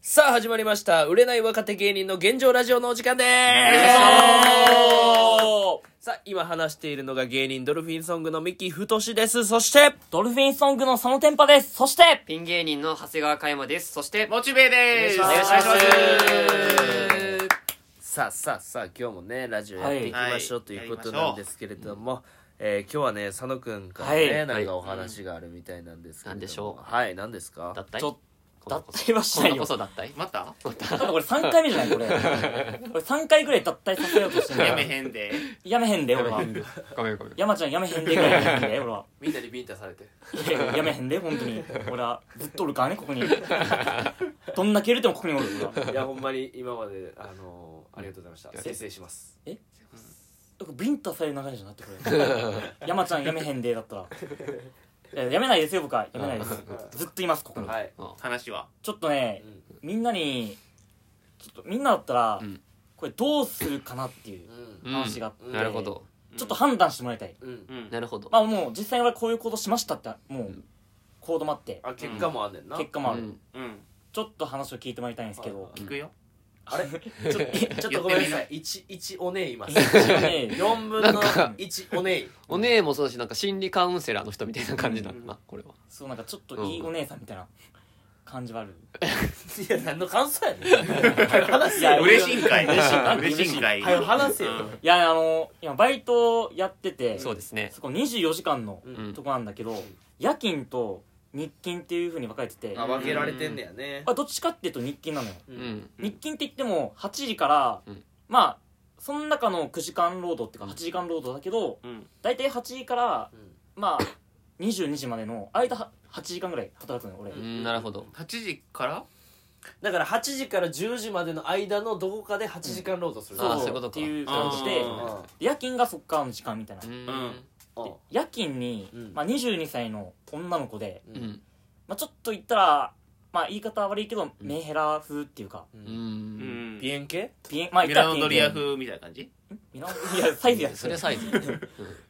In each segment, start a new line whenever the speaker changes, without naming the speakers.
さあ始まりました売れない若手芸人の現状ラジオのお時間でーすさあ今話しているのが芸人ドルフィンソングの三木太志ですそして
ドルフィンソングのそのテンパです。そして、
ピン芸人の長谷川嘉山です。そして、
モチベです
お願いします。
お願いし
さあさあさあ今日もねラジオやっていきましょう、
はい
ということなんですけれども、えー今日はね佐野くんから
は
ね、
い
なんかお話があるみたいなんですけれども、
なんでしょう
はい何ですか
脱退
ちょ
こんなこ
脱
と
退はしないよ
こんなこそ脱退
また
多分これ3回目じゃないこれ。俺3回ぐらい脱退させようとしてんだよ
やめへんで
やめへんで、俺は。
ごめんごめん。
山ちゃんやめへんでぐらいやめへんで、俺は。
みんなにビンタされ て
いややめへんで、本当に。俺は、ずっとおるからね、ここに。どんだけいるでもここにおる、俺は。
いやほんまに今まであのーありがとうございました訂正します
ビンタされる流れじゃなくて、これ。山ちゃんやめへんで、だったら。えやめないですよ、僕は。やめないです。ずっといます、ここに。
はい
話は
ちょっとね、みんなに、ちょっとみんなだったら
うん、
これどうするかなっていう
う。ん
うん
話があって
なるほど。
ちょっと判断してもらいたい。
うん
うん
なるほど。
まあもう実際に俺こういう行動しましたって、もう行動もあって、
あ結果もあんねんな
結果もある、
うん
うん
ちょっと話を聞いてもらいたいんですけど、
はい
聞くよ
あれ ちょちょっとごめんなさい11おねいます
ね
4分の1おねい
お姉もそうだし、なんか心理カウンセラーの人みたいな感じなんだな、これは。
そうなんかちょっといいお姉さんみたいな感じはある。
いや何の感想やねん早く話せ
いや
よ
嬉しいんかい
嬉しいなんで
嬉しいんかい
早く話せよ
うん
いや、あの、今バイトやってて、
そうですね。
そこ24時間の
うん
とこなんだけど、夜勤と日勤っていう風に分かれてて、
あ分けられてんねやね
あどっちかっていうと日勤なのよ。
う
うんん。
日勤って言っても8時から、
うん
まあ、その中の9時間労働っていうか8時間労働だけど、
うん
大体8時から
うん
まあ22時までの間は8時間ぐらい働くのよ俺、
うん、なるほど。
8時から
だから8時から10時までの間のどこかで8時間労働する
あーそういううこと
っ
か
ていう感じで
あ
ん
夜勤がそっからの時間みたいな、
う
で
ん。
うん
夜勤に、
うん
まあ、22歳の女の子で、
う
うん
ん。
まあ、ちょっと言ったら、まあ、言い方は悪いけど、メンヘラ風っていうか
う
うんん。
ミ
ピエン系
ピンまあ言った
ラノ
らピン
ドリア風みたいな感じ
ミラノいやサイズや
それサイズ。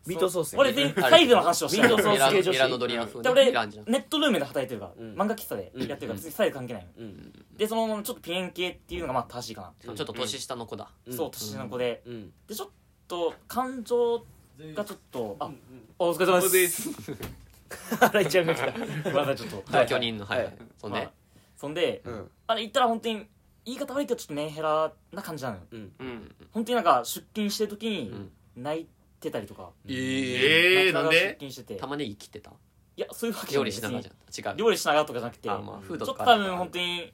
ミートソースや
俺全員サイズの話をして
ミートソー
ミラ
ス系
ミ
女子
ラノドリアン風
で
の
俺
ミランジな。
ネットルームで働いてるか
う
ら、
ん
漫画喫茶でやってるから
うん
別にサイズ関係ないの、
うん
でそのちょっとピエン系っていうのがまあ正しいかな、
ちょっと年下の子だ。
ん
そう年下の子で
うん
でちょっと感情がちょっとあお疲れ様です
新井ちゃんが来た
ごめんなさいちょっと
同居人の、は
はい
い。そん
ま
で
あ、そんで、
うん
あれ言ったら本当に言い方悪いけどちょっとメンヘラな感じなのよ
うん
うん
本当になんか出勤してる時に
ん
泣いてたりとか、
え
えー
泣き
な
が
ん
ら出
で
勤しててい
玉ねぎ切ってた
やそういうわけじゃ
料
ない
理しながらじゃん。違
別に
う。
料理しながらとかじゃなくて、
あ、まあ、フー
ちょ
ド
っと
とか。
多分本当に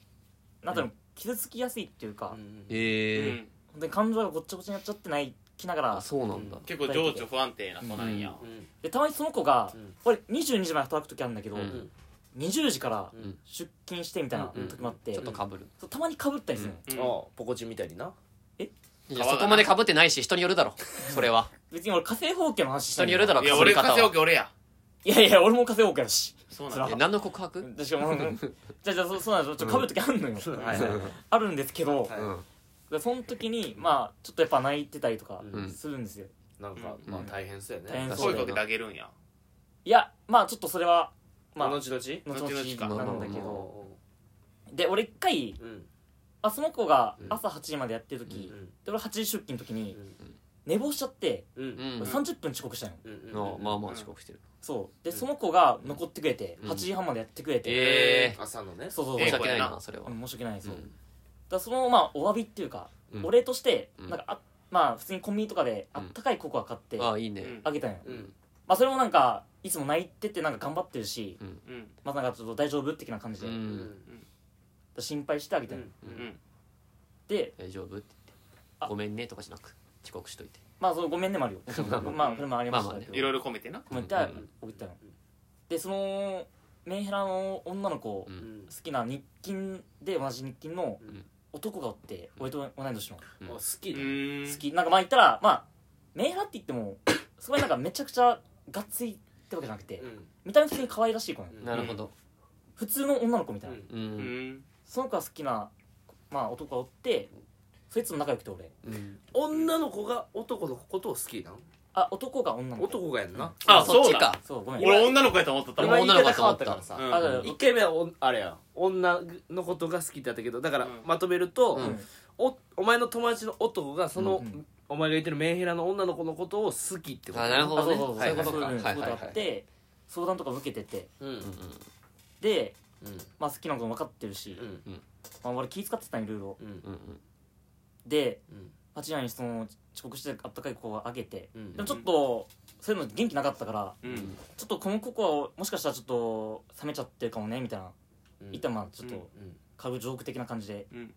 なんだろう、傷つきやすいっていうか、
うん
う
ええ。
ん
本当に感情がごっちゃごちゃになっちゃって泣きなが
あ、
ら
そうなんだ。
結構情緒不安定な子なんや
うん
でたまにその子が、
うん
俺22時まで働く時あるんだけど、
うん
20時から
うん
出勤してみたいな時もあって、
ちょっとかぶる。
そうたまにかぶったりするの、
うん
ああポコチンみたいにない
やそこまで被ってないし人によるだろそれは
別に俺火星放棄の話して
人によるだろ
いや
被
俺
り方
稼
は
ぎ俺や
いやいや俺も火星放棄だし
そう
そら
なん
え何の告白、
でしかもうんじゃあじゃあそうそうなんですよちょっとかぶる時あるのよ、
はいはいはい
あるんですけど、
は
でその時にまあちょっとやっぱ泣いてたりとか
うん
するんですよ、
なんかまあ大変そうや
大変
ね
そ
だ
う
声かけてあげるんや
いやまあちょっとそれはま
ま
あ
あ後々
後
後
々
々
か
なんだけ
まあまあ
どで俺一回
うん
あその子が
うん
朝8時までやってる時、
うん
で俺8時出勤の時に
うん
寝坊しちゃって
うんう
うんん
俺30分遅刻したのよ
うん
のまあまあ遅刻してる
そうで
ん
その子が残ってくれて
うん
8時半までやってくれて
ええ
朝のね
そうそうそう
申し訳な
え
い
え子や
な
な
それは
うん申し訳ないそう
う
だか
ん
らそのまあお詫びっていうか
うん
お礼として
うん
なんかあまあ普通にコンビニとかであ
うん
ったかいココア買って
ああいいね、
うん
あげたんよ
うん
まあそれもなんかいつも泣いててなんか頑張ってるし
うん
まあなんかちょっと大丈夫的な感じで
うん
心配してあげたんよ
うん
うん
で
大丈夫って言って
あ
ごめんねとかじゃなく遅刻しといて
まあそのごめんねもあるよまあそれもありました
まあま
け
あね
ど
いろいろ込めてな
もう一回
うん
送ったのでそのメンヘラの女の子好
うん
うん
きな日勤で同じ日勤の
うん
男がおって俺と同い年の
あ好
う
きだ
ん
好きなんかまあ言ったらまあメンヘラって言ってもすごいなんかめちゃくちゃがっついってわけじゃなくて
うん
見た目普通に可愛らしい子なの
うん
なるほど
普通の女の子みたいな
う
う
うんん
その子が好きなまあ男がおってそいつも仲良くて俺
うん
女の子が男のことを好きなん
あ男か女の子
男がやんな
あ
そ
そ
っ
う
ち
だ
か
そうごめん
俺女の子やと思っとった
今
もん
女の子だと思った
言い方変わからさ
うん
あだから
一回目はおあれや女のことが好きだったけどだから
うん
まとめると、
うん
おお前の友達の男がその、
うんうん
お前が言ってるメンヘラの女の子のことを好きってこと
あなるほ
あ
ど
そう
ね
そうそう
は
そういこ
いうはい
とが
はいはい
あって相談とか受けてて
うんうん
で
うん
まあ好きなこと分かってるし
うん
まあ俺気遣ってたんいろいろ
うん
うんうん
で
うん
八時にその遅刻してあったかい子をあげて
うん
でもちょっとそういうの元気なかったから
うん
ちょっとこの子はもしかしたらちょっと冷めちゃってるかもねみたいな
うん
一旦まあちょっと
うん
軽いジョーク的な感じで
うん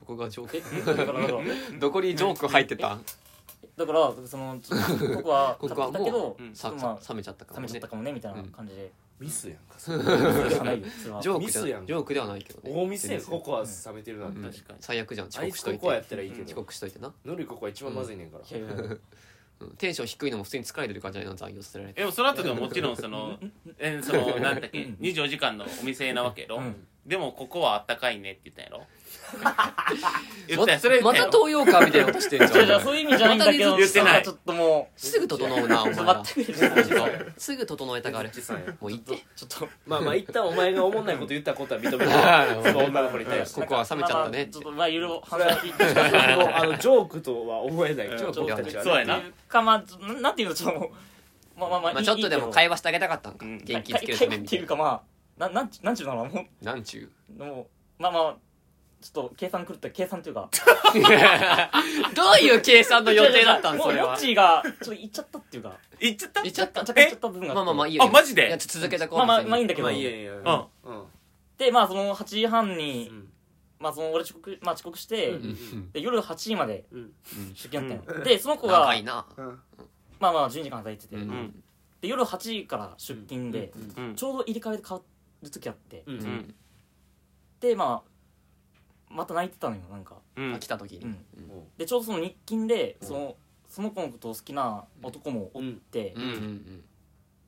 どこがジョー
えだからだから
クどこにジョーク入ってたん
だからそのちょっとここは
ここは
だけど
もううん
ちょ
さ
っとまあ
冷めちゃったか
冷
も
めちゃ
ね
ったかもねみたいな感じで
ミスやんか
それはないよそれは
ジョ
ミ
ー
ス
クじ
や
ゃ
ん
ジョークではないけどね
大店やん
全然
ココア冷めてるなって、
うん
確かに
最悪じゃん遅
あい
刻し
つ
と
コ
い
コアやってたらいいけど、
遅刻しといてな、
ノリココア一番まずいねんから、
いやいやいや
うんテンション低いのも普通に疲れてる感じじゃないの残業させられて
でもその後でももちろんそのえそのなんだっけ
うん
24時間のお店なわけやろ
うん
でもここはあったかいねって言ったんや ろ言ったんやそれ言
ま
ったんや
た
ろ
東洋かみたいなことしてんじ
じゃ あじゃ
ゃ
あ
ん
そういう意味じゃないんだけど
また水
なんかちょっとも
すぐ整うなお
う
前
全
ら
く言ってない
すぐ整えたがる
エッチさんや
もういいって
ちょっと
まあまあ一旦お前が思んないこと言ったことは認め
あ
た
ー
その女の子に対して
ここは冷めちゃったねっ
ち
て
ょっとまあいろいろ話聞いて
それはもうあのジョークとは思えない
うん
ジョーク僕たちはね
そうやな
かまあちょななんていうのちょっともうまあまあまあ
ま
い
あ
い
ちょっとでも会話してあげたかったんか
うん
元気つけるため
っ
み
て
た
い
いうな
かまあななんなんちゅうなのも
なんちゅ
うもうまあまあちょっと計算狂った計算というか
うどういう計算の 予定だったんそれ
もうモ
は
ッチーがちょっと言っちゃったっていうか
言っちゃった
言っちゃった
若干言っちゃった部分が
まあまあまあいい
い
よ
あマジで
いやちょっと続けたこう
まあまあまあいいんだけど
まあいいやいいやうんうん
でまあその8時半
う
に、
ん
まあその俺遅刻まあ遅刻して、
うん
で夜8時まで
うん
出勤やったんよ、でその
う
子
ん
が
長いな
うん
まあまあ12時間働いてて、
うん
ん
で夜8時から出勤で、
うん
うん
ちょうど入れ替えで変わる時あって、
うん
う
うんん
でまあまた泣いてたのよなんか、
う
あ
ん
来た時
う
に
んでちょうどその日勤でそのその子のことを好きな男もおって、
うんうん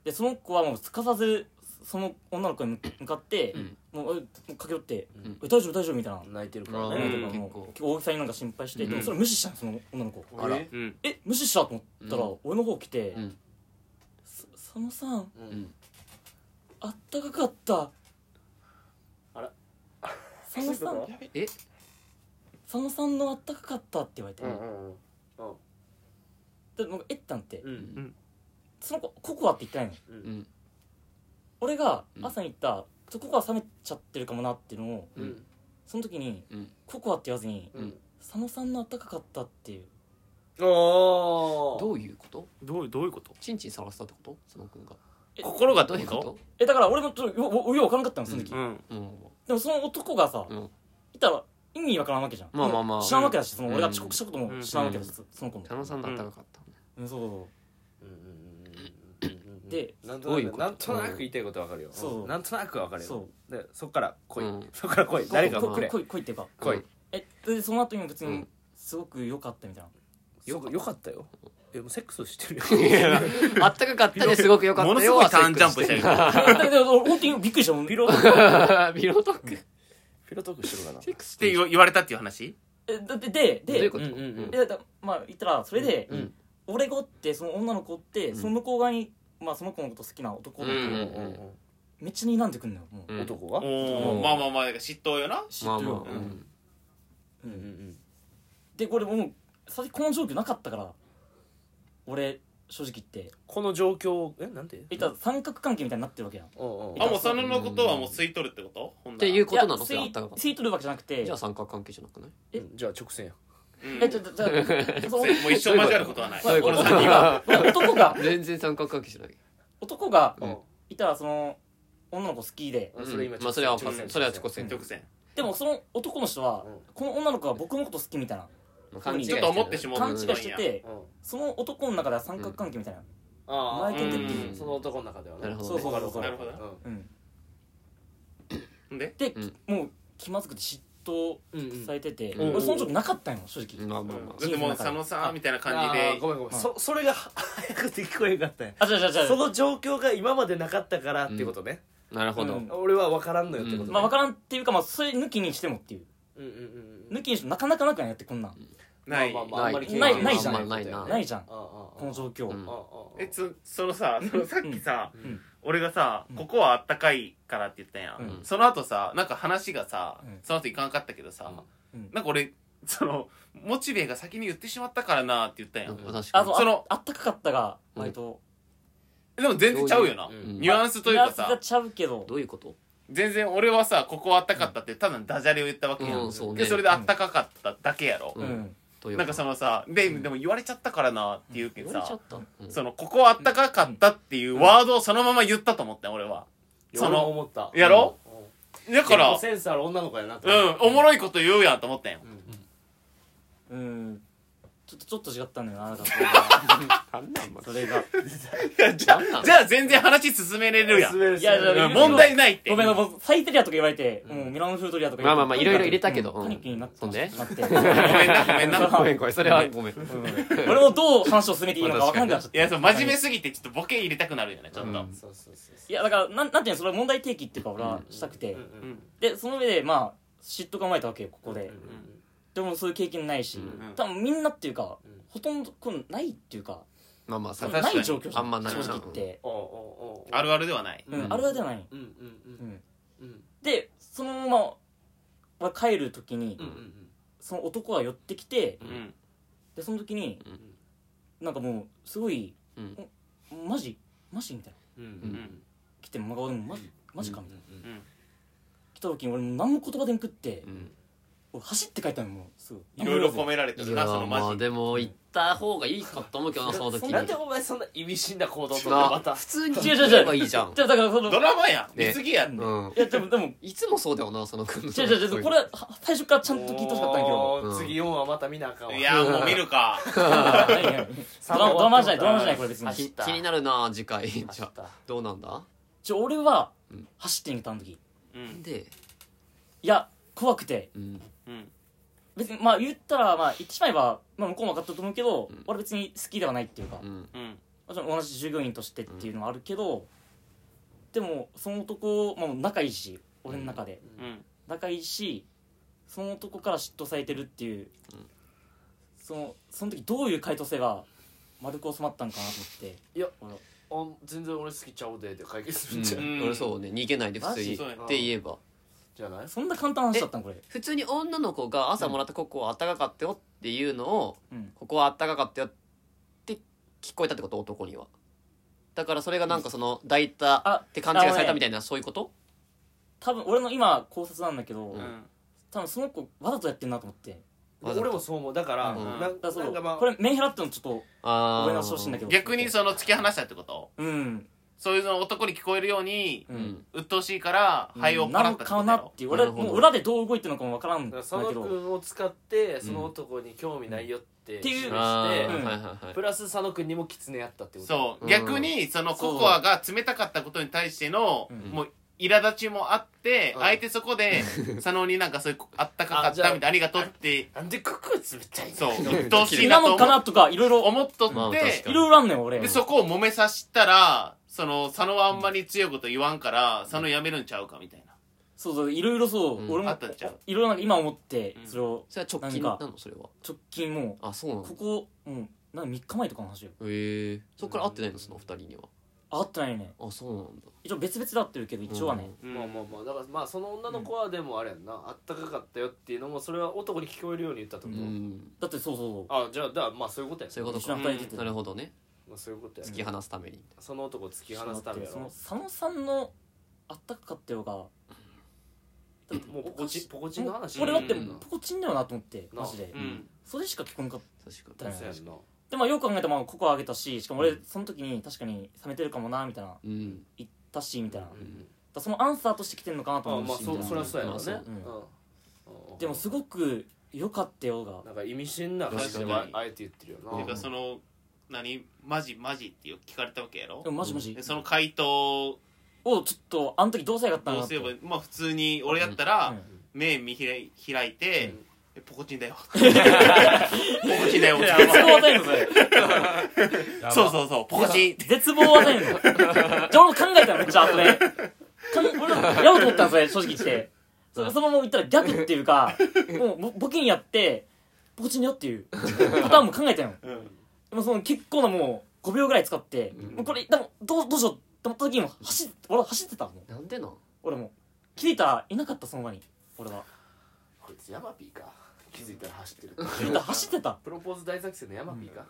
でその子はもうすかさずその女の子に向向かって、
うん
もうえ駆け寄って「
ん
え大丈夫大丈夫」みたいな。
泣いてるから
え
うん
ね
とかもう
結構
結構大きさになんか心配して、
うん
でもそれ無視したのその女の子
あら
うん
え無視したと思ったら、
う
俺の方来て、
うん
そ佐野さん
うん
あったかかった
あら
佐野さん
え
佐野さんのあったかかったって言われて、
うんうん
でなんかえってなって、
うん
その子ココアって言ってないの
うん
俺が
うん
朝に言った、ちょココア冷めちゃってるかもなっていうのを
うん
その時に、
うん
ココアって言わずに、
うん
佐野さんのあったかかったっていう
お
どういうこと
どうどういうこと
チンチン探したってことその君が
心がど
どう
う
い
いうう
こ
こ
えだから俺もちょっとよよよう分からなかったのその時、
とうん
とうん
でもその男がさ、
うん
いたら意味わからんわけじゃん
まあまあまあ
知らんわけだしその
うん
俺が遅刻したことも知らんわけだし、
う
その子も、
佐野さんだったかかった
うんそうそ
で
で
なん
ど
と
ういう
な
こ
く
と
なんとなく言いたいことわかるよ
そうん
なんとなくわか
う
る
そ
よ
う
でそっから来い
うん
そっから来い誰か
こ
が来
こ
れ
こいこいっていうか
来
う
い
ん
えでその後にも別
う
に
ん
すごく良かったみたいな、
よよかったよえもうセックスしてるよ
あったかかったですごく良かったよ
ものすごいターンジャンプしてる
セ
だだだ俺本当にびっくりしたもん
ピロートーク
ックしてビロトック
ピロートークしてるかな
セックス
って言わ言われたっていう話
えだってで
どういう
で
こと
うんうんうん
でだまあ言ったらそれで、
うん
俺がおってその女の子って、
ん
その向こう側に、まあ、その子のこと好きな男の子、
うんうん
めっちゃ睨んでくんのよもう、
うん
男
お
が
おーまあまあまあ嫉妬よな
知
ま
っ
あ
てる
まあ
よ、
うん
うんうん
でこれもう最初この状況なかったから俺正直言って
この状況えなんて
言ったら三角関係みたいになってるわけやん
おうおう
あもう佐野のことはもう吸い取るってことほんなら
っていうことなの
い
それ
や
あ
吸い
ったかかった
吸い取るわけじゃなくて
じゃあ三角関係じゃなくない
え
うんじゃあ直線や
うん
えちょちょちょそ
も
の
う一生交わることはない
そういう
こ
こ
の
と
3人は
男が
全然三角関係じゃない
男が
うん
いたらその女の子好きで
あそれ今
うんまあそれはわか
直
んな
線
いそれは自己線
直線
でもその男の人は
うん
この女の子が僕のこと好きみたいな
勘違い
ちょっと思ってしまう
勘違いしてて
うん
その男の中では三角関係みたいな
ああ
泣い
ててっていう
うんその男の中では
なるほど
そうそうそうそう
なるほど
うん
んで
で
うん
もう気まずくて嫉妬
うんうん
されてて
うん
俺その時なかったんよ正直
まあまあま
だってもう佐野さんみたいな感じ
あ
で
ーごめんごめんそそれが早くて聞こえんかったんや
あ違う違う違う
その状況が今までなかったからってことね
あなるほ
う
ど
ん
俺は分からんのよってことね
まあ分からんっていうかまあそれ抜きにしてもっていう
うんうんうんうん
抜きにしてもなかなかなくないやってこんなん
ない
まあまあまああんまり
ないないじゃん
あんまりないな
ないじゃん
あああ
この状況、
うん
えそそのさそのさっきさ、
んうん
俺がさ、
ん
ここはあったかいからって言ったやん、
うん
その後さなんか話がさ、
うん
その後いかなかったけどさ、
うん
なんか俺そのモチベが先に言ってしまったからなって言ったやん、
うん確
あ
かに
とあ
その
あったかかったが割と、
でも全然ちゃうよな、
うん
ニュアンスというか
ニュアンスが
さ
ちゃうけど
どういうこと
全然俺はさここはあったかったってただのダジャレを言ったわけやん、
うんそうね
でそれであったかかっただけやろ、
う
うん、
という
なんかそのさででも言われちゃったからなって言うけ
言
ど
われち
さ
ゃっ、たうん
そのここはあったかかったっていうワードをそのまま言ったと思ったよ俺は、そ
その
の
思った
やろ
うんうん
だから
センスある女の子やなと
う
思っ
ん、おもろいこと言うやんと思ったよ
た。
うんちょっとちょっと違ったんだよななんかそれが
なんなんま
それが
じゃ
なんな
あ、
ん
じゃあ全然話進めれるやん。
滑る
いや
滑る
いや
うん問題ないって。
ごめん僕サイテリアとか言われて、うん、ミラノフードリアとか言わ
あ
れて
まあまあいろいろ入れたけど
パ
う
ニックになって
そんで
なって
ごめんな、ごめんな。
ごめんごめんそれはごめん
俺もどう話を進めていいのか分かんなくなっちゃっ
い
た
や、そう、真面目すぎてちょっとボケ入れたくなるよね、ちょっと。
そうそうそう
いやだからなんなんていうのそれは問題提起っていうか俺はしたくて、
うん
うん
でその上でまあ嫉妬が生まれたわけよここで、
うん
でもそういう経験ないし、
うん
多分みんなっていうか、
ん
ほとんどこのないっていうか
まあまあさ
確か
な
に
い状況じゃ
あんまない
正
な
直言って、
おうおうおう
あるあるではない。
うん
うん
あれはじゃない、
うんうんう
うんん
うん
でそのまま俺帰る時に、
うんうん
その男が寄ってきて
うん。
でその時に、
うん
なんかもうすごい
うん
マジマジみたいな
うんうん
うん。
来て真顔でもマジマジかみたいな、
うん
うん
来た時に俺もう何も言葉でんくって、
うん
俺走って帰ったのよもうすぐ
いろいろ込められて
い
る
や
な、そ
ー
の
まあ
マジ。
でも行った方がいいかと思うけどなその時に
なんでお前そんな意味深な行動とってま
な
た
普通に
違う違う違う
行けばいいじゃ ん
じゃあだからその
ドラマやん。
ね
見過ぎやん。
うん
いやでもでも
いつもそうだよなその君の
違う違う違うこれは最初からちゃんと聞いてほしかったんやけど
おー次4はまた見なあかんわ
いや、もう見るか。
何何ドラドラマじゃないドラマじゃないこれ別に
走っ
気
た
気になるな次回じ
走
ゃ
っ
あ
た
どうなんだ
ちょ俺は
うん
走って逃げたあの時
うん。
で
いや怖くて
うん
うん。
別にまあ言ったらまあ言ってしまえば、まあ、向こうも分かったと思うけど、俺別に好きではないっていうか、
うん
うん。
まあその同じ従業員としてっていうのはあるけど、でもその男、まあ、仲いいし俺の中で、
うん。
仲いいしその男から嫉妬されてるっていう、そのその時どういう回答性が丸く収まったんかなと思って
いや
俺は
あん全然俺好きちゃうでって解決す
う
るんじゃない
ん俺そうね逃げないで普通にっ
マジ
て言えば
じゃない
そんな簡単な話だったんこれ
普通に女の子が朝もらったココアあったかかったよっていうのを
うん
ここはあったかかったよって聞こえたってこと男にはだからそれがなんかその抱いたって勘違いされたみたいなそういうこと
多分俺の今考察なんだけど、
うん。
多分その子わざとやってんなと思って
わざと
俺もそう思うだから
うん
な
だからそ
なんかま
の
あ
これメンヘラってのちょっとご
ああ
めんなさいしてほしいんだけど
逆にその突き放したってこと
うん
そういうの男に聞こえるように
う、
うんん
鬱陶しいから、灰を
な
払っ
の
たって
か
こと
な
や
っ
ろ。
ていう俺
なるほど
もう裏でどう動いてるのかもわからんんだ
だから
け
その
ど
君を使ってその男に興味ないよって
っていう
示
あ
して
ー
うん
はいはいはい
プラス佐野君にも狐やったってこと
そう、
うん
逆にそのココアが冷たかったことに対しての、
うん
もう苛立ちもあって、
うん
あえてそこで佐野になんかそういうあったかか
あ
っ
じゃあ
たみたいなありがとうって
なんでクク冷たい
そう
う
鬱陶しい
な
なと
のかな
思
とかいろいろ
思っとって、
まあ確か
い
に
ろいろあんのよ俺
でそこを揉めさせたらその佐野はあんまり強いこと言わんから、佐野やめるんちゃうかみたいな、
そうそういろいろそう、
うん
俺
あ
も
ったんちゃう
いろいろなんか今思って
うん
それを
それは直近
なん
な
か
のそれは
直近も
あそうな
う
の
ここうんなんか3日前とかの話よ
へえそっから会ってないのその二人には
あ会ってないね
あそうなんだ
一応別々だってるけど一応はね、
う ん
まあまあまあだからまあその女の子はでもあれやんなあったかかったよっていうのもそれは男に聞こえるように言ったって
う
こと
ん
だってそうそう
あじゃあだからまあそういうことやん
そういうこと
一緒に
か
働いてて、
なるほどね
まあそういうことやん
突き放すために
その男を突き放すためや
その
ろ
佐野さんのあったかかったよがだって
もうポコチンポコチンの話
もうこれだって
うん
ポコチンだよなと思って
な
マジで、
うん
それしか聞こえなかった
確か
だよ
そう
ね
やんな
でもよく考えたらまあここあげたししかも俺その時に確かに冷めてるかもなみたいな
にうん
言ったしみたいな、
う
だか
ん
らそのアンサーとして来てるのかなと
あ
思
まあ
うしみたい
そ
な
そりゃそうやろ
まあそう
ね
うん
うんうん
でもすごく良かったよが
なんか意味深な話で
確か
は
に
あえて言ってるよ
て
な
かその何マジマジってよ聞かれたわけやろ
でもマジマジ
でその回答
をちょっとあの時どうせやがった
ど
な
う
っ
す
て
ればまあ普通に俺やったら、
うん
目見開い開いて、
うん
えポコチンだよポコチンだよ
絶望を与えるのそれ
そうそうそうポコチンって
絶望を与 えるのじゃあ俺も考えたのめっちゃ後でかん俺もやろうと思ったんそれ正直言ってそそのまま言ったら逆っていうかもうボボケにやってポチンよっていうパターンも考えたのでもうその結構なもう5秒ぐらい使って、
うん
もうこれでもどうどうしようって思った時にも走っ俺走ってたもん
なんでの
俺も気づいたらいなかったその場に俺は
こいつヤマピーか気づいたら走ってる
気づいたら走ってた
プロポーズ大作戦のヤマピーか、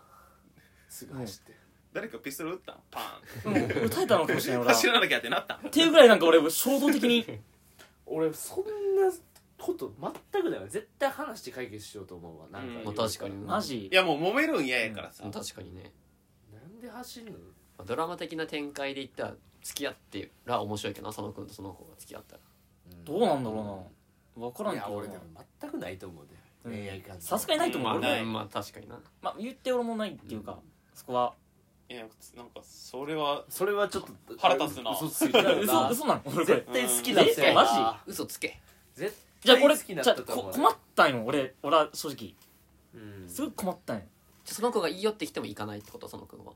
すぐ走って、
誰かピストル撃ったんパ
うん歌えたのかもしれな
ーン
い俺はっ
走らなきゃってなったん
ていうぐらいなんか俺衝動的に
俺そんなこと全くだよ絶対話して解決しようと思うわなんか、
うん
まあ確かに
マジ
いやもう揉めるん嫌やからさ、
確かにね
なんで走んの
まあドラマ的な展開で言ったら付き合ってら面白いけどな佐野君とその子が付き合ったら
どうなんだろうな分からん
い
け
や
ど
俺
な
でも全くないと思うで、
うん
恋愛感
さすがにないと思う、
まあ
俺も
ない
まあ確かにな
まあ、言って俺もないっていうか、そこはい
やなんかそれは
それはちょっと
腹立つな
嘘つい
い
て
や
るよ
嘘
な
嘘なの俺これ
絶対好きだ
え
ったよ
マジ
な
嘘つけ
絶
じゃあ
対
俺
好き
じ
に
ゃ
なった
あ
と思
こ
う
困ったんよ俺俺は正直
うん
すごい困ったんよ
じゃあその子が言い寄ってきても行かないってこと佐野君は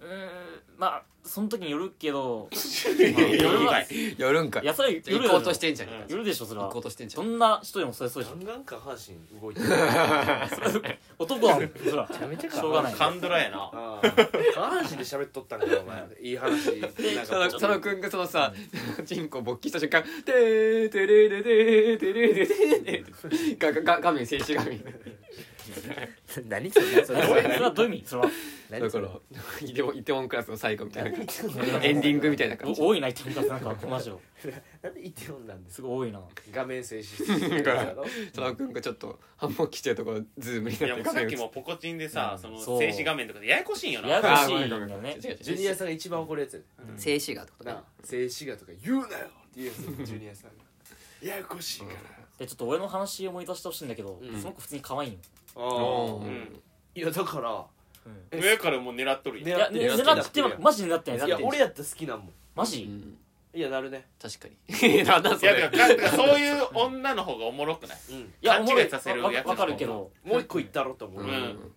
うーんまあその時による けど
夜かい
やるんか
いやそれはよる
行
だ
こ
ろ
うとしてんじゃん
うん
よるでしょそれ
行
は
こうとしてんじゃ
ど
ん
んな人でもそれそうでし
ガ
ょ
ンガン下半身動いてる
男はそらしょうがない
カンドラやな
あー下半身で喋っとったんかお前いい話なん
佐野佐
か
野君がそのさチンコ勃起した瞬間「てーてれれれーてれれれーてがが画面静止画面
何それそれ
それはどういう意味 それは
何
だ
そ
か
れ
らイテウォンイテウォンクラスの最後みたいな感じエンディングみたいな感じ
お多いなって言ったなんかマジを
なんでイテウォンなんです
すごい多いな
画面静止してるやろ
佐野君がちょっと反目してるところズームに
い
な
や
っ
も
て
うさっ
る
きもポコチンでさ、
うん
その
そう
静止画面とかでややこしいんよな
ややこ
あ
し
ごめんご
い
めん
んだよね
違う違う
ジュニアさんが一番怒るやつやで
うん
静止画ってこと
な
ね
あ静止画とか言うなよっていうやつジュニアさんがややこしいから
でちょっと俺の話を思い出してほしいんだけど、
うん
すごく普通に可愛いよ、
あ
う
あ
ん
いやだから
うん、
え
上からもう狙っとる
ね
よ
いや
狙ってる
狙って
狙ってる
マジ狙ってん
いや俺やったら好きなんも
マ
う
ジ
ん
んいやなるね
確かに なんだ
い
そ
やだ
れ
からだからそういう女の方がおもろくない
うん
いや
勘違い
おもろい
させる
わ
やつの
わかるけど
もう一個いったろと思
う
う、
ん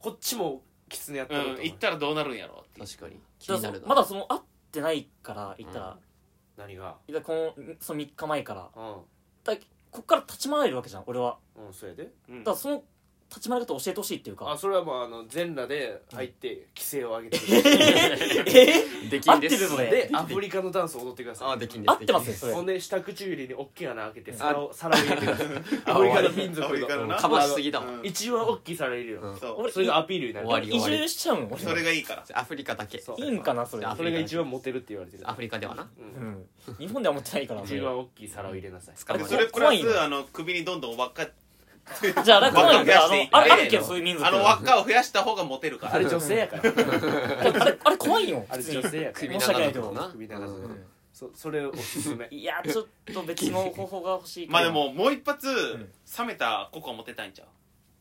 こっちもキツネやったろと思う、
うん行ったらどうなるんやろって
確かに気
だ
に
か
な
ら
る
そ
な
まだその会ってないから言ったら、
何が
いやこのその3日前から
う
だこっから立ち回れるわけじゃん俺は
んうんそれで
うん
だからその立ち回り方を教えてほしいっていう
あ
か
それはもうあの全裸で入って規制を上げて
でき
合っ
ん
て
で
る
す
のね
でアフリカのダンスを踊ってください
あできんです
合ってますよそれ
ほんで下唇に大きい穴開けて皿を皿を入れてください
あ
アフリカの民族
アフリカの
の
な
かましすぎだもん
うん
一番大きい皿入れるよ、
そ
俺
それがアピールになる
終わり
移住しちゃうん俺
うそれがいいから
アフリカだけ
そう
いいんかなそれ
あ
それが一番モテるって言われてる
アフリカではな
うん
うん日本では持ってないからそ
一
れ
番大きい皿を入れなさい
疲れ
で
ま
そ
し
れプラ
怖いの
スあの首にどんどん輪っか
じゃああれ来ないんだ
バ
あ
カ増やして
のあれ
いい
あるけどそういう民族
あの輪っかを増やした方がモテるから
あれ女性やから
あれあれ怖いよ
あ
普
れ
通に
女性やか
首
ら
申し訳な
長さ
いけ
と
ど
かな
首長さとか
うん
そそれおすすめ
いやちょっと別の方法が欲しいけど
まあでももう一発
ん
冷めたココはモテたいんちゃう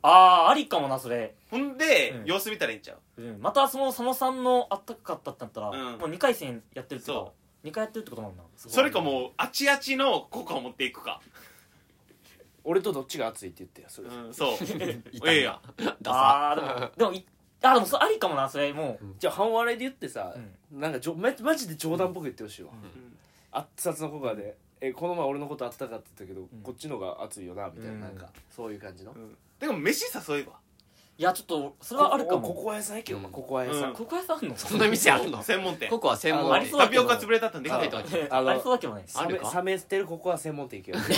ああありかもなそれ
ほんで
うん
様子見たらいいんちゃう
うんまたその佐野さんのあったかかったってなったら
うん
もう2回戦やってるってこと
そ
2回やってるってことなんだ
それかもうあちあちのココを持っていくか
俺とどっちが熱いって言ってやそれ、
うんそう
い
ええやん
ダサ
あ あでもでもいあでもそれありかもなそれもう
じゃあ半笑いで言ってさ、なんかじょママジで冗談っぽく言ってほしいわ、
ん
熱々の子がねえこの前俺のことあったかって言ったけど、
ん
こっちのが熱いよなみたいな、
うん
なんかそういう感じの、
でも飯誘えば
いやちょっとそれはあるかも
ここは屋さんやけど、まあここは屋さん、
うん
ここ屋さんあんの
そん な店あるの
専門店
ここは専門
あ
り
店
そう
タピオカ潰れたったんできないと
あ
か
あの
ありそうだけどね
あ
冷
る
め
か
冷めてるここは専門店行けよ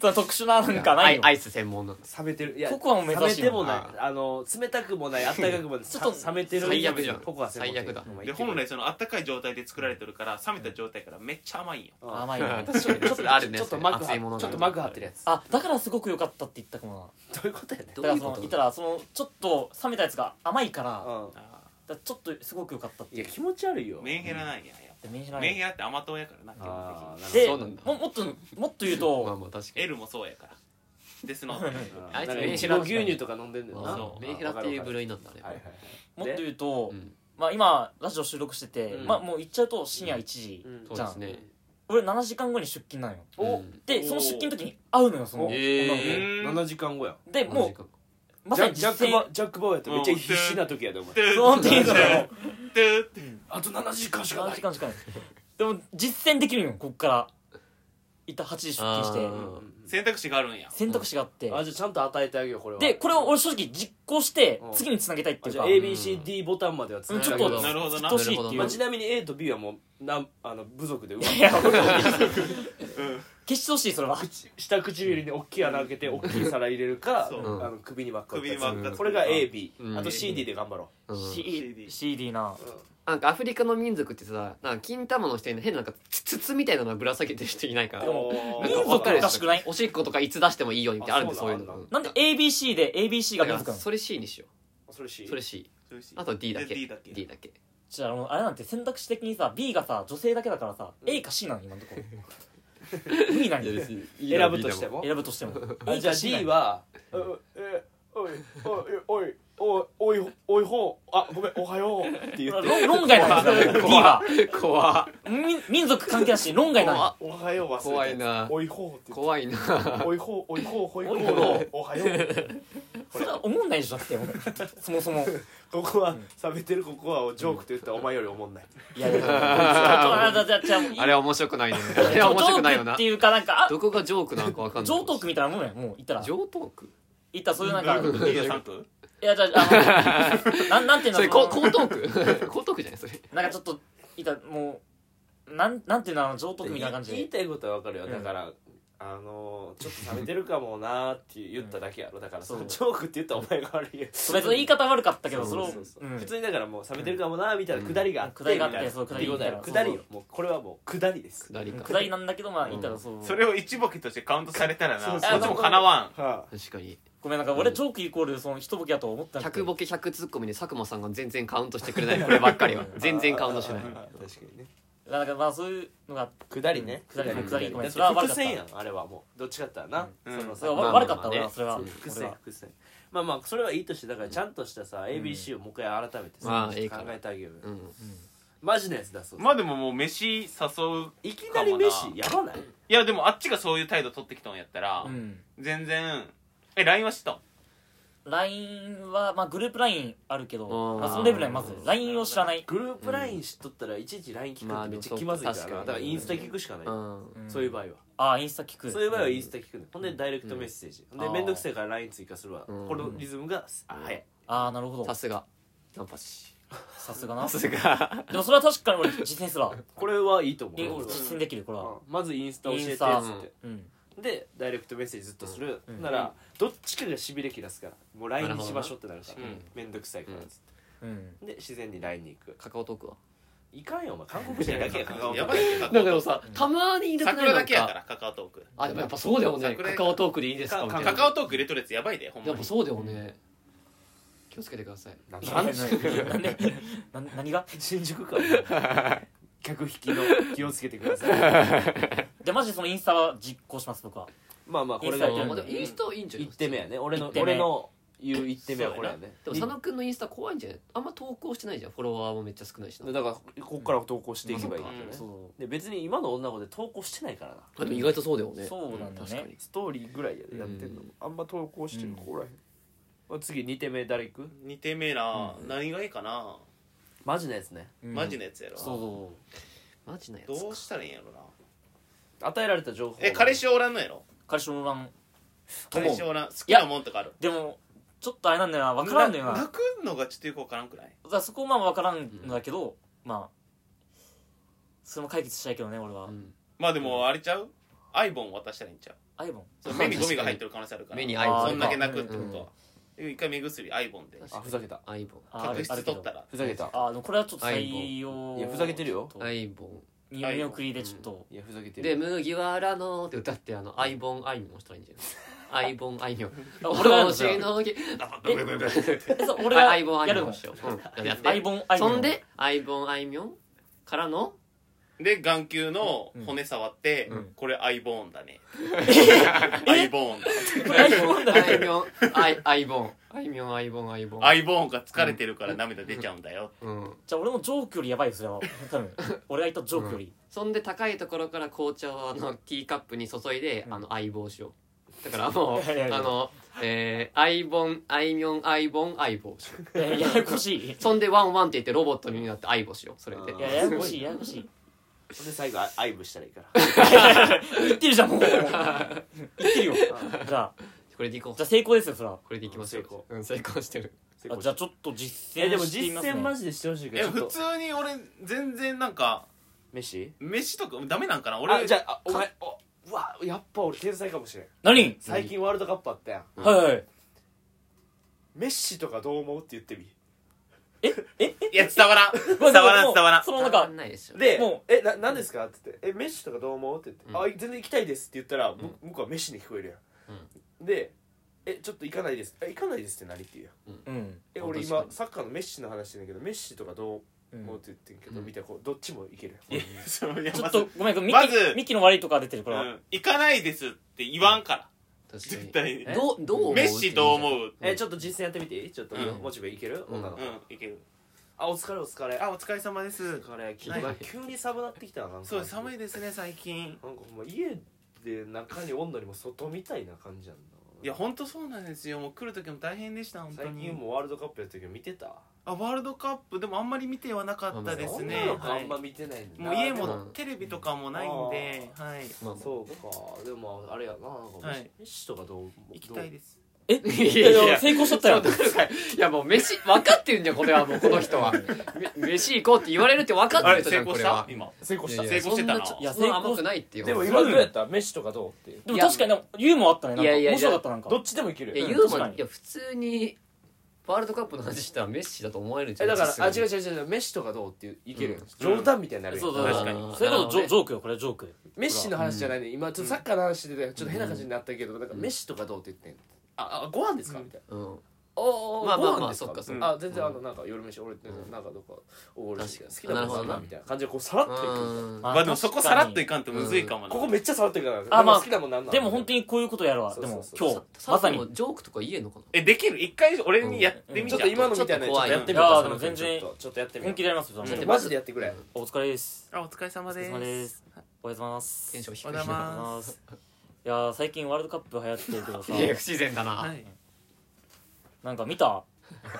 その特殊ななんかないの
アイス専門なの
冷めてるいや
ココアも目指し
冷めてもない
あ
あの冷たくもない暖かくもない
ちょっと
さ冷めてる
最悪じゃん
ここは専門店
最悪だ
お前
で
行ってく
本
れ
来そのあったかい状態で作られてるから冷めた状態からめっちゃ甘いんよ
うん
甘いね
確かにそれあるね
ちょっとマグ
熱いもの
は
が
ちょっとマグ張ってるやつ
あだからすごく良かったって言ったかも
どういうことやね
な
ど
だ
う
からその
いうこ
言った
と
らそのちょっと冷めたやつが甘いからだか
う
らちょっとすごく良かったっ
ん
て
いや気持ち悪いよ
メンヘラなんややっ
でメンヘ
ぱ
ラ
メンヘ
ね
ラって甘党やからな基
あー
本
なるほど
で
そう
も
なんだ
もっともっと言う
まあ
と
まあ確
的に
かに
L もそうやからですの
あいつ
なんか
メンヘ
一
ラ
応牛乳とか飲んでんだよな
そうメンヘラっていう部類なんだね
はいはいはい
もっと言うと
うん
まあ今ラジオ収録してて
うん
まあもう行っちゃうと深夜1時
うん
そうですね
俺7時間後に出勤なんよ
お
うん
でその出勤の時に会うのよその
お
女
う
の
え
ーん
7時間後や
子でもうま
ジ
さ
ャ
に
ジャ
実
ック
践
バジャックバウアーやったらめっちゃ必死な時やでお前
そうなんていうのよ
トゥーって
あと7時間しか
7
な
時
い
間しかないでも実践できるんよこっから一旦8時出勤して
あー
選択肢があるんや
選択肢があって
あじゃあちゃんと与えてあげようこれは
でこれを俺正直実行して
うん
次につなげたいって
あ
いう
じゃ
か
あ ABCD ボタンまではつ
うんちょっと
なるほど
なるほど
ずっ
な
と欲しいってい
ま
う
あ、ちなみに A と B はもうなんあの部族でうまく
いや俺決してほしいそれは
下唇に大きい穴開けて大きい皿入れるかあ
そう
の首に輪っか
首に輪っかつける
これが AB
うん
あと CD で頑張ろ
うん
C-
CD
CD な
なんかアフリカの民族ってさなんか金玉の下に変ななんかつ筒みたいなのぶら下げてる人いないから
う
なんか
おー
民族
わかる
おかしくない
おしっことかいつ出してもいいようにってあるんで
あ
そ
そうう
い
な
うん
だ
のうん
なんで ABC で ABC が
だか
民族な
ら
の
それ C にしよ
それ C
うそれ C あと D だけ
D だけ
D だけ
じゃあもうあれなんて選択肢的にさ B がさ女性だけだからさ A か C なの今のとこ ろ B なの選
選ぶとしても
ぶとしても
あじゃあ D は「うえおいおいおいおいおいおいほうあごめんおはよう」って言っ
論
て
論外なんですよ B は
怖
民民族関係だし論外なんだ
怖
「おはよう忘れて」
怖いな
おいほう」って言って
怖いな
「おいほうおいほうほいほう
おいほ
おはよう」
それは思んないでしょだって俺そもそも
ここは冷めてるここはジョークと言ったらお前よりおもんない
いやいやいやちょっと あじゃあじゃあじゃあもういい
あれは面白くないねあれは面白くない
ジョークっ
よ な
ていうかなんかあ
どこがジョークなのかわかんない
上等区みたいなもんやもう言ったら
ジョートーク
言ったらそういうなんか
23区
いやじゃあ あのなんなんていうの
それこ
その
江東 区江東区じゃないそれ
なんかちょっといたもうなんなんていうのあの上等区みたいな感じ
言い
で
たいことはわかるよ
うん
だからあのーちょっと冷めてるかもなーって言っただけやろだからそ
そう
のジョークって言ったらお前が悪いよ
別に言い方悪かったけどそれを
そうそう
うん
普通にだからもう冷めてるかもなーみたいな下りがあって
うん下りがあっ
み
て
たいな
そう下
っ
り
ていうことやろ
そう
下りよもうこれはもう下りです
下りか
下りなんだけどまあ言ったらそう
それを一ボケとしてカウントされたら
そ
な
う
そ
そう
っちもかなわ
は
確かに
ごめんなんか俺ジョークイコールその一ボケやと思ったんだけ
100
ど
ボケ100ツッコミで佐久間さんが全然カウントしてくれないこればっかりは全然カウントしない
確かにね
なんかまあそういうのが
下りね
下り下りごめ
だって
んそれは悪かっ
伏
た
線やんあれはもうどっちかって言ったらな
うん
その
それは
まあ
悪かった
まあまあね
俺はそれは
そう伏線伏線まあまあそれはいいとしてだからちゃんとしたさ ABC をもう一回改めてさ
まあ
考
いいから
えてあげようよ
うん
マジなやつ出そう
まあでももう飯誘う
いきなり飯やばない
いやでもあっちがそういう態度取ってきたんやったら
うん
全然え LINE は知ったん
LINE はまあグループ LINE あるけど
うん
まあそのレベルやまず LINE を知らない
グループ LINE 知っとったらいちいち LINE 聞くっ
まあ
て
で
めっ
も
ちゃ気まずいからな
そうか
だからインスタ聞くしかないよ
うん
ん
そういう場合は
ああインスタ聞く
そういう場合はインスタ聞くねほんでダイレクトメッセージほんで
あー
面倒くせえから LINE 追加するわ
うん
このリズムがあ早い
ああなるほど
さすがナンパ師
さすがな
さすが
でもそれは確かに俺実践 すら
これはいいと思
え
う
俺実践できるこれは
うんまずインスタ教えてっ
イ
つ
ンスタ
って
うん
でダイレクトメッセージずっとする
うん
ならどっちかがしびれ切らすからもう LINE にしましょうってなるから
なるほど
うん面倒くさいからっつって
うん
で自然に LINE に行く
カカオトークはい
かんよお前韓国人だけや関わ
や
る
ばいよ
なんかでもさたまにいなくない
桜だけやか
なん
らカカオトーク
あでもやっぱそうだよね
桜
カカオトークでいいですかみたいな
カカオトーク入れとるやつやばいでほんま
やっ
に
ぱそうだよね気をつけてください
なん
な
か
んで なんでな何が
新宿かお前客引きの気をつけてください
じゃあマジでそのインスタは実行します僕は
まあまあこれ
インスタ
が
やってる
まあでもインスタいいんじゃない
一点目やね俺の
一手目
俺の言う一点目はこれやね
でも佐野くんのインスタ怖いんじゃないあんま投稿してないじゃんフォロワーもめっちゃ少ないしな
だからここから投稿していけばいいわけ
うん
ね
そ
で別に今の女の子で投稿してないからな
あでも意外とそうだよ
う
ね
そうなんだ
確か
ね
に
ストーリーぐらいやでやってんの
うん
あんま投稿してる子おらへんまあ次2点目誰いく
2手目な何がいいかな
マジなやつね
マジ
で
のやつやろ
そうそ
マジなやつ
どう
か
したらいいんやろな
与えられた情報
え彼氏おらんのやろ
う彼氏もおらんと
彼
も
氏おらん好きなもんとかある
でもちょっとあれなんだよな分からんのよなだ
泣
か
くのがちょっとよくわからんくない
らそこまあ分からんんだけどまあそれも解決したいけどね俺は
ん
まあでもあれちゃうアイボン渡したらいいんちゃう
アイボン
その目にゴミが入ってる可能性あるから
目にアイボン
そんだけ泣くってことは一回目薬アイボンで
確か
あふざけた
アイボン
ああ
角
るある
質
け
取っ
ど
たら
ふざけた
あでもこれはちょっと採用
いやふざけてるよ
ちょっと
アイボン
見見送りでちょっと
いやふざけて
で「
る
麦わらの」って歌ってあの「アイボンアイミョン」したらいいんじゃ ないアイボンアイミョン
あ俺がやるの
俺
じゃあ
しのぎ
えそう俺
あ
が
アイボンアイ
や
ミ
る
ョ
の
ンしよううんやって
アイボンアイボン
そんで「アイボンアイミョン」からの
で眼球の骨触って、これアイボーンだね、アイボーンだ
「アイボンアイミョン」アイ「アイボン」「アイミョンアイボンアイボン」
アイボーンが疲れてるから涙出ちゃうんだよ、
うん
じゃあ俺もジョークよりやばいよそれは多分俺が言ったジョークより
そんで高いところから紅茶をあのティーカップに注いであの相棒しようだから もう
いやいやいや
あのえー、アイボンアイミョンアイボン相棒しよう
いやややこしい
そんでワンワンって言ってロボットになって相棒しようそれで
あー
いやややこしいややこしい
ほんで最後あアイブしたらいいから
言ってるじゃんもう言ってるよじゃあ
これでいこう
じゃあ成功ですよそら
これでいきます
成
よ
功
うん成功してる
あじゃあちょっと実
えで
践
も
してみ
実
ますね
践マジでしてほしいか
え
らちょ
普
っと
通に俺全然なんか
飯
飯とかダメなんかな
あ
俺
じゃああお前おうわやっぱ俺天才かもしれん
何
最近ワールドカップあったやん
はいはい
メッシとかどう思うって言ってみ
いや伝わらん伝わらん伝わらん
そのなん
わか
か
んないでしょ
で
も
「えな何ですか?」って言って「えメッシとかどう思う?」って言って「
うん
あ全然行きたいです」って言ったら、む向こうはメッシに聞こえるやん、で「えちょっと行かないです」え「行かないです」って何って言うやん
うん
え
あ
俺
確
今
かに
サッカーのメッシの話してんだけどメッシとかどう思うって言ってんけど、
うん
みたいなこうどっちもいけるやん、
そういや
ちょ
ま
っ
ず
とごめんミ
まず
キミキの悪いとこは出てるこれ
う
は
ん行かないですって言わんから
確かに
絶対に
えどうどう思う
メッシどう思う
えちょっと実践やってみていいちょっと、
うん
モチベいける、
うん
女の
う
子、
んいける
あお疲れお疲れ
あお疲れ様です
疲れ急,、
はい
急に寒なってきたななんか
そう寒いですね最近
なんかほんま家で中におんのにも外みたいな感じやんない
いや本当そうなんですよもう来る時も大変でした本当
最
に
近もうワールドカップやった時見てた
あワールドカップでもあんまり見てはなかったですね
女の子
は
あ
い
んま見てないんだ
もう
で
家もテレビとかもないんではい
まあまあ
そうかでもあれやななんか
は
メ
い
ッシとかどう
行きたいです
い
いや
やいや
いや成功しとったよ
そうだからいやもう飯分かってるんだよこれはもうこの人はめ飯行こうって言われるって分か
あ
っ
れ
てる人じ
成
ゃん
功した
これ
今
は
成功
した成功してたない
やそんな甘くないってよ
でも
い
今どうやったメッシとかどうっていう
でも確かにでもユーモアあったねなん
い
か
やいやいや
面白かったなんか
どっちでもいける
や
よ
ユ
うん
ー
確
マ
か
ン
に
いや普通にワールドカップの話したらメッシだと思われるじゃ
え
ん
だからあ違う
実際
違う違うメッシとかどうっていういけるよ
うん
冗談みたいになるよ
そうそう
確か
あ
に
ー
それこそジョ
なるほどね
ジョークよこれジョーク
メッシの話じゃないね今ちょっとサッカーの話でねちょっと変な感じになったけどなんかメッシとかどうって言ってんああご飯ですかみたいな
うん
おーおー
まあまあまあ
ご飯です
そっかそっ
あ全然あのなんか夜飯俺ってなんかどっかおごるし好きなもの
なるほ
好
ど
き
な
なみたいな感じでこうさらっといく
うん
まあでもそこさらっといかんとむずいかもな
ここめっちゃ触ってるから
あ
あ
ま
ま
あ
あ好きなもんなんなん
でも本当
に
にこういうことやるわ
そう
で
そう
も
そう
今日
さ
まさ
さ
に
もジョークとか言えんのかな
えできる一回俺にやってみ
ちょ
て
っと今のみたいなやつちょっとやってみようか佐野君
ちょっと怖いいやーでも全然
ちょっとちょっとやってみよ
本気でやりますよじゃあ
ちょっ
う
と
マジでやってくれ
お疲れです
あお疲れ様
お疲
で
れ
す
様ですおはようございます
テンション低
お
い
はようございま
いやー最近ワールドカップ流行ってるけどさ
いや不自然だな、
はい
なんか見た
ワ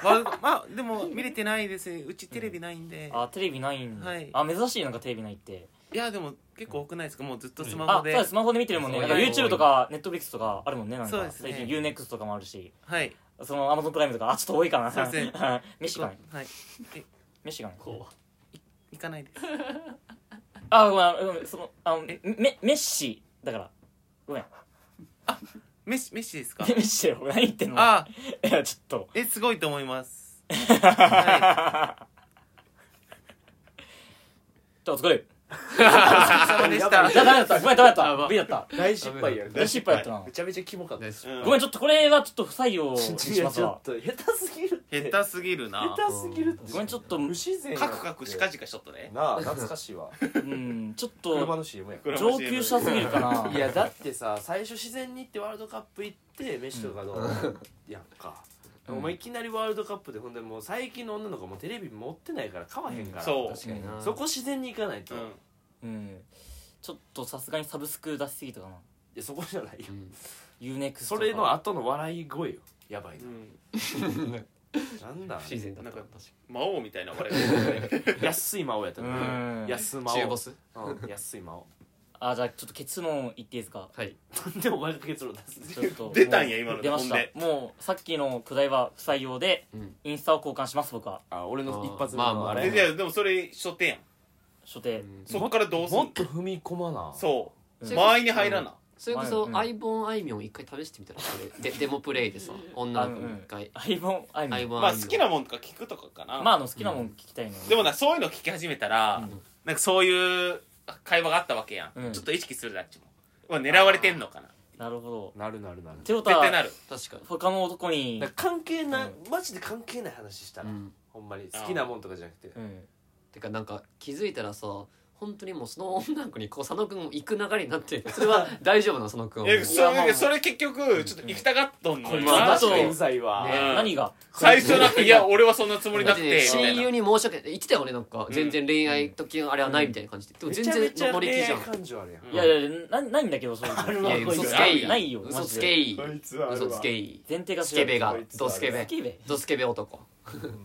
ールドまあでも見れてないですうちテレビないんで
あテレビないん
はい
あ珍しいなんかテレビないって
いやでも結構多くないですかもうずっとスマ
あ
ホ
そう
で
だスマホで見てるもんね
そ
な
うん
か
いや
YouTube とか Netflix とかあるもんねなん
そう
か
ですね
最近 UNEXT とかもあるし
はい
その Amazon プライムとかあちょっと多いかな
そうですね
メシガン
はい
メシガン
行かないです
あごめんごめんそのあのメメメッシだからごめん
メッシメッシですか
メッシだよ何言ってんの
あ
いやちょっと
えすごいと思います、は
ちょっとお疲れ
い、お疲れ様でした
あダメだったごめんダメだっ
あま
た
あ
V だった
大失敗や
大失敗だったな
めちゃめちゃキモかった
ね
うん
ごめんちょっとこれはちょっと不採用に
い
し
や
ます
ちょ
わ
っと下手すぎるって
下手すぎるな
下手すぎるって
ごめんちょっと
不自然やって
カクカクしかじかしとったね
なあ懐かしいわ
うんちょっ
車
と
の CM や
上級者すぎるかない
やだってさ最初自然にってワールドカップ行って飯とかどうやんか
うん
お前いきなりワールドカップでほんでもう最近の女の子もテレビ持ってないから買わへんから
そう
確かにな
そこ自然に行かないと
う
い
ん
うんちょっとさすがにサブスク出しすぎたかな
やそこじゃないよ
うん
UNEXT
それの後の笑い声よやばいうなんなんだ
不自然だった
なんか
確か
魔王みたいな笑い方ね
安い魔王やった
う
ね
ん
安い
に
魔
中ボ
王
ス
うん安い魔王
あじゃあちょっと結論言っていいですか
はい
なんでお前が結論出す
ちょっと
出たんや今
も
の
う出ました
ほんで
もうさっきのくだいは不採用で
うん
インスタを交換します僕は
あ俺の一発目
まあま
の
あ
あ
え
れ
いやでもそれ初手やん
所定
そっからどうすん
もっ
の
と踏み込まな
そ
うん
う間合いに入らな
それこ
う
そ
ん
アイボンあいみょん一回試してみたらでデモプレイでさ女の子に一回
アイボンアイボ
アイ
ン
ボン
ま
あ
あ
いみょん
好きなもんとか聞くとかかな
まああの好きなもん聞きたいの
でもなそういうの聞き始めたら
うん
なんかそういう会話があったわけや
うん
んちょっと意識するだっちもうわ狙われてんのかな
なるほど
なるなるなる
てこと
絶対な
は
る
確かに
他の男に
だから関係ないうマジで関係ない話したら
うん
ほんまに好きなもんとかじゃなくて
うん
てかなんか気づいたらさ本当にもうその女の子にこう佐野くんも行く流れになってそれは大丈夫なの佐野くんはもう
えそ
まあま
れ
あ
それ結局ちょっと行きたがっとんのに
まあ
な
だと
確かにうざいわ
ね
うん
何が
最初なんかいや俺はそんなつもり
だ
な
っ
く
て
て
親友
に
に申し訳ない言ってたよねなんか全然恋愛時のあれはないみたいな感じででも
め
全
ちゃめち
然
ゃ
乗り気
恋
じゃ
愛
ん
感情あるやん
いやいやなないんだけどそういう
ある
の
わ
いや嘘つけい
ないよ
嘘つ
マ
けい
つは
嘘つけい
前提が違う
スケベが
こいつは
ドスケベ
スケベ
ドスケベ男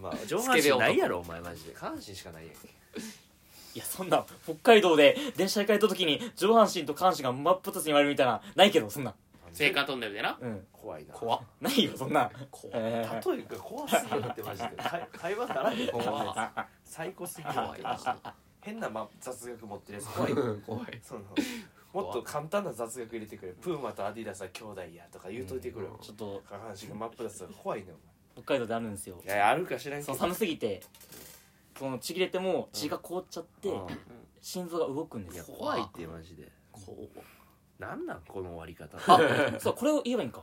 まあ上半身ないやろお前マジで下半身しかないやんけ
いやそんな北海道で電車で帰った時に上半身と下半身が真っ二つに割れるみたいなないけどそんな
青函トンネルでな
うん
怖いな
怖っ
ないよそんな
怖っ
えー
例えが怖すぎるってマジで会会話ならんよこんなやつ最高すぎる
怖いな
変な、ま、雑学持ってるやつ 怖い
うん 怖い
そのもっと簡単な雑学入れてくれプーマとアディダスは兄弟やとか言うといてくれよ
ちょっと
下半身が真っ二つだから怖いね
北海道であるんですよ
お前いやあるか知らんけど
その寒すぎてそのちぎれても血が凍っちゃって
うん
心臓が動くんですよ
怖いってマジで
怖っ
なんなんこの終わり方
あそうこれを言えばいいんか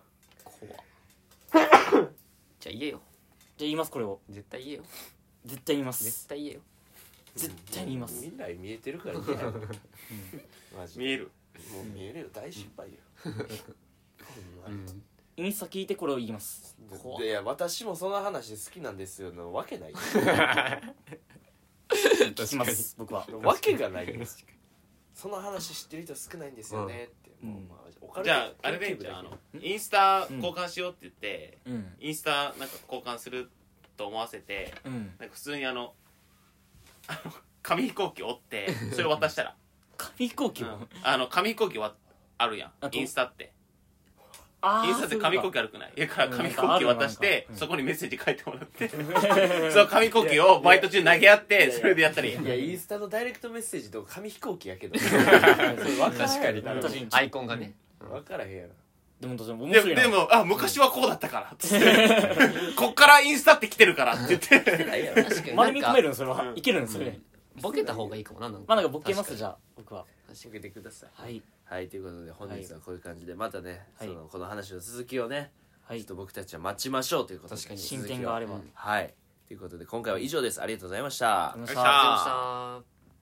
怖っじゃあ言えよ
じゃあ言いますこれを
絶対言えよ
絶対言います
絶対言えよ
絶対言います
未来見えてるから嫌やろマジで
見える
もう見えるよ大失 敗よ
うん
インスタ聞いてこれを言います
怖
でいや私もその話好きなんですよのわけない
聞きます僕は
わけがないよその話知ってる人少ないんですよねって、
うん
もうまあお金
じゃああれでいいんじゃんあのインスタ交換しようって言って、
うん
インスタなんか交換すると思わせて
うん
なんか普通にあのあの紙飛行機折ってそれ渡したら、
紙飛行機
う
を
んあの紙飛行機はあるや
あ
ん
と
インスタって
あー
インスタって紙飛行機あるくないだから紙飛行機渡して、
うん
そこにメッセージ書いてもらって、
そういうことか
その紙飛行機をバイト中に投げ合っ
いやいや
てそれでやったらいいやん
いやインスタのダイレクトメッセージと紙飛行機やけ ど
確かに
確かに
アイコンがね
分からへんやろ
でも確かに面
で
白いな
でもあ昔はこうだったからっつってこっからインスタって来てるからって言って
ないやろ
確かに
丸み
な
込
ん
め
か
るのそれはいけるんそれ
ボケた方がいいかもななんか
まあなんかボケますじ
ゃ
ゃあ僕は
受けてください
はい
はいということで本日はこういう感じでまたね、
はい
そのこの話の続きをね、ち
は
ょ
い
っと僕たちは待ちましょうということで
確かに
続きを
進展があれば
はいということで今回は以上ですありがとうございました
お願いし
よっしゃ
ます
ありがとうございました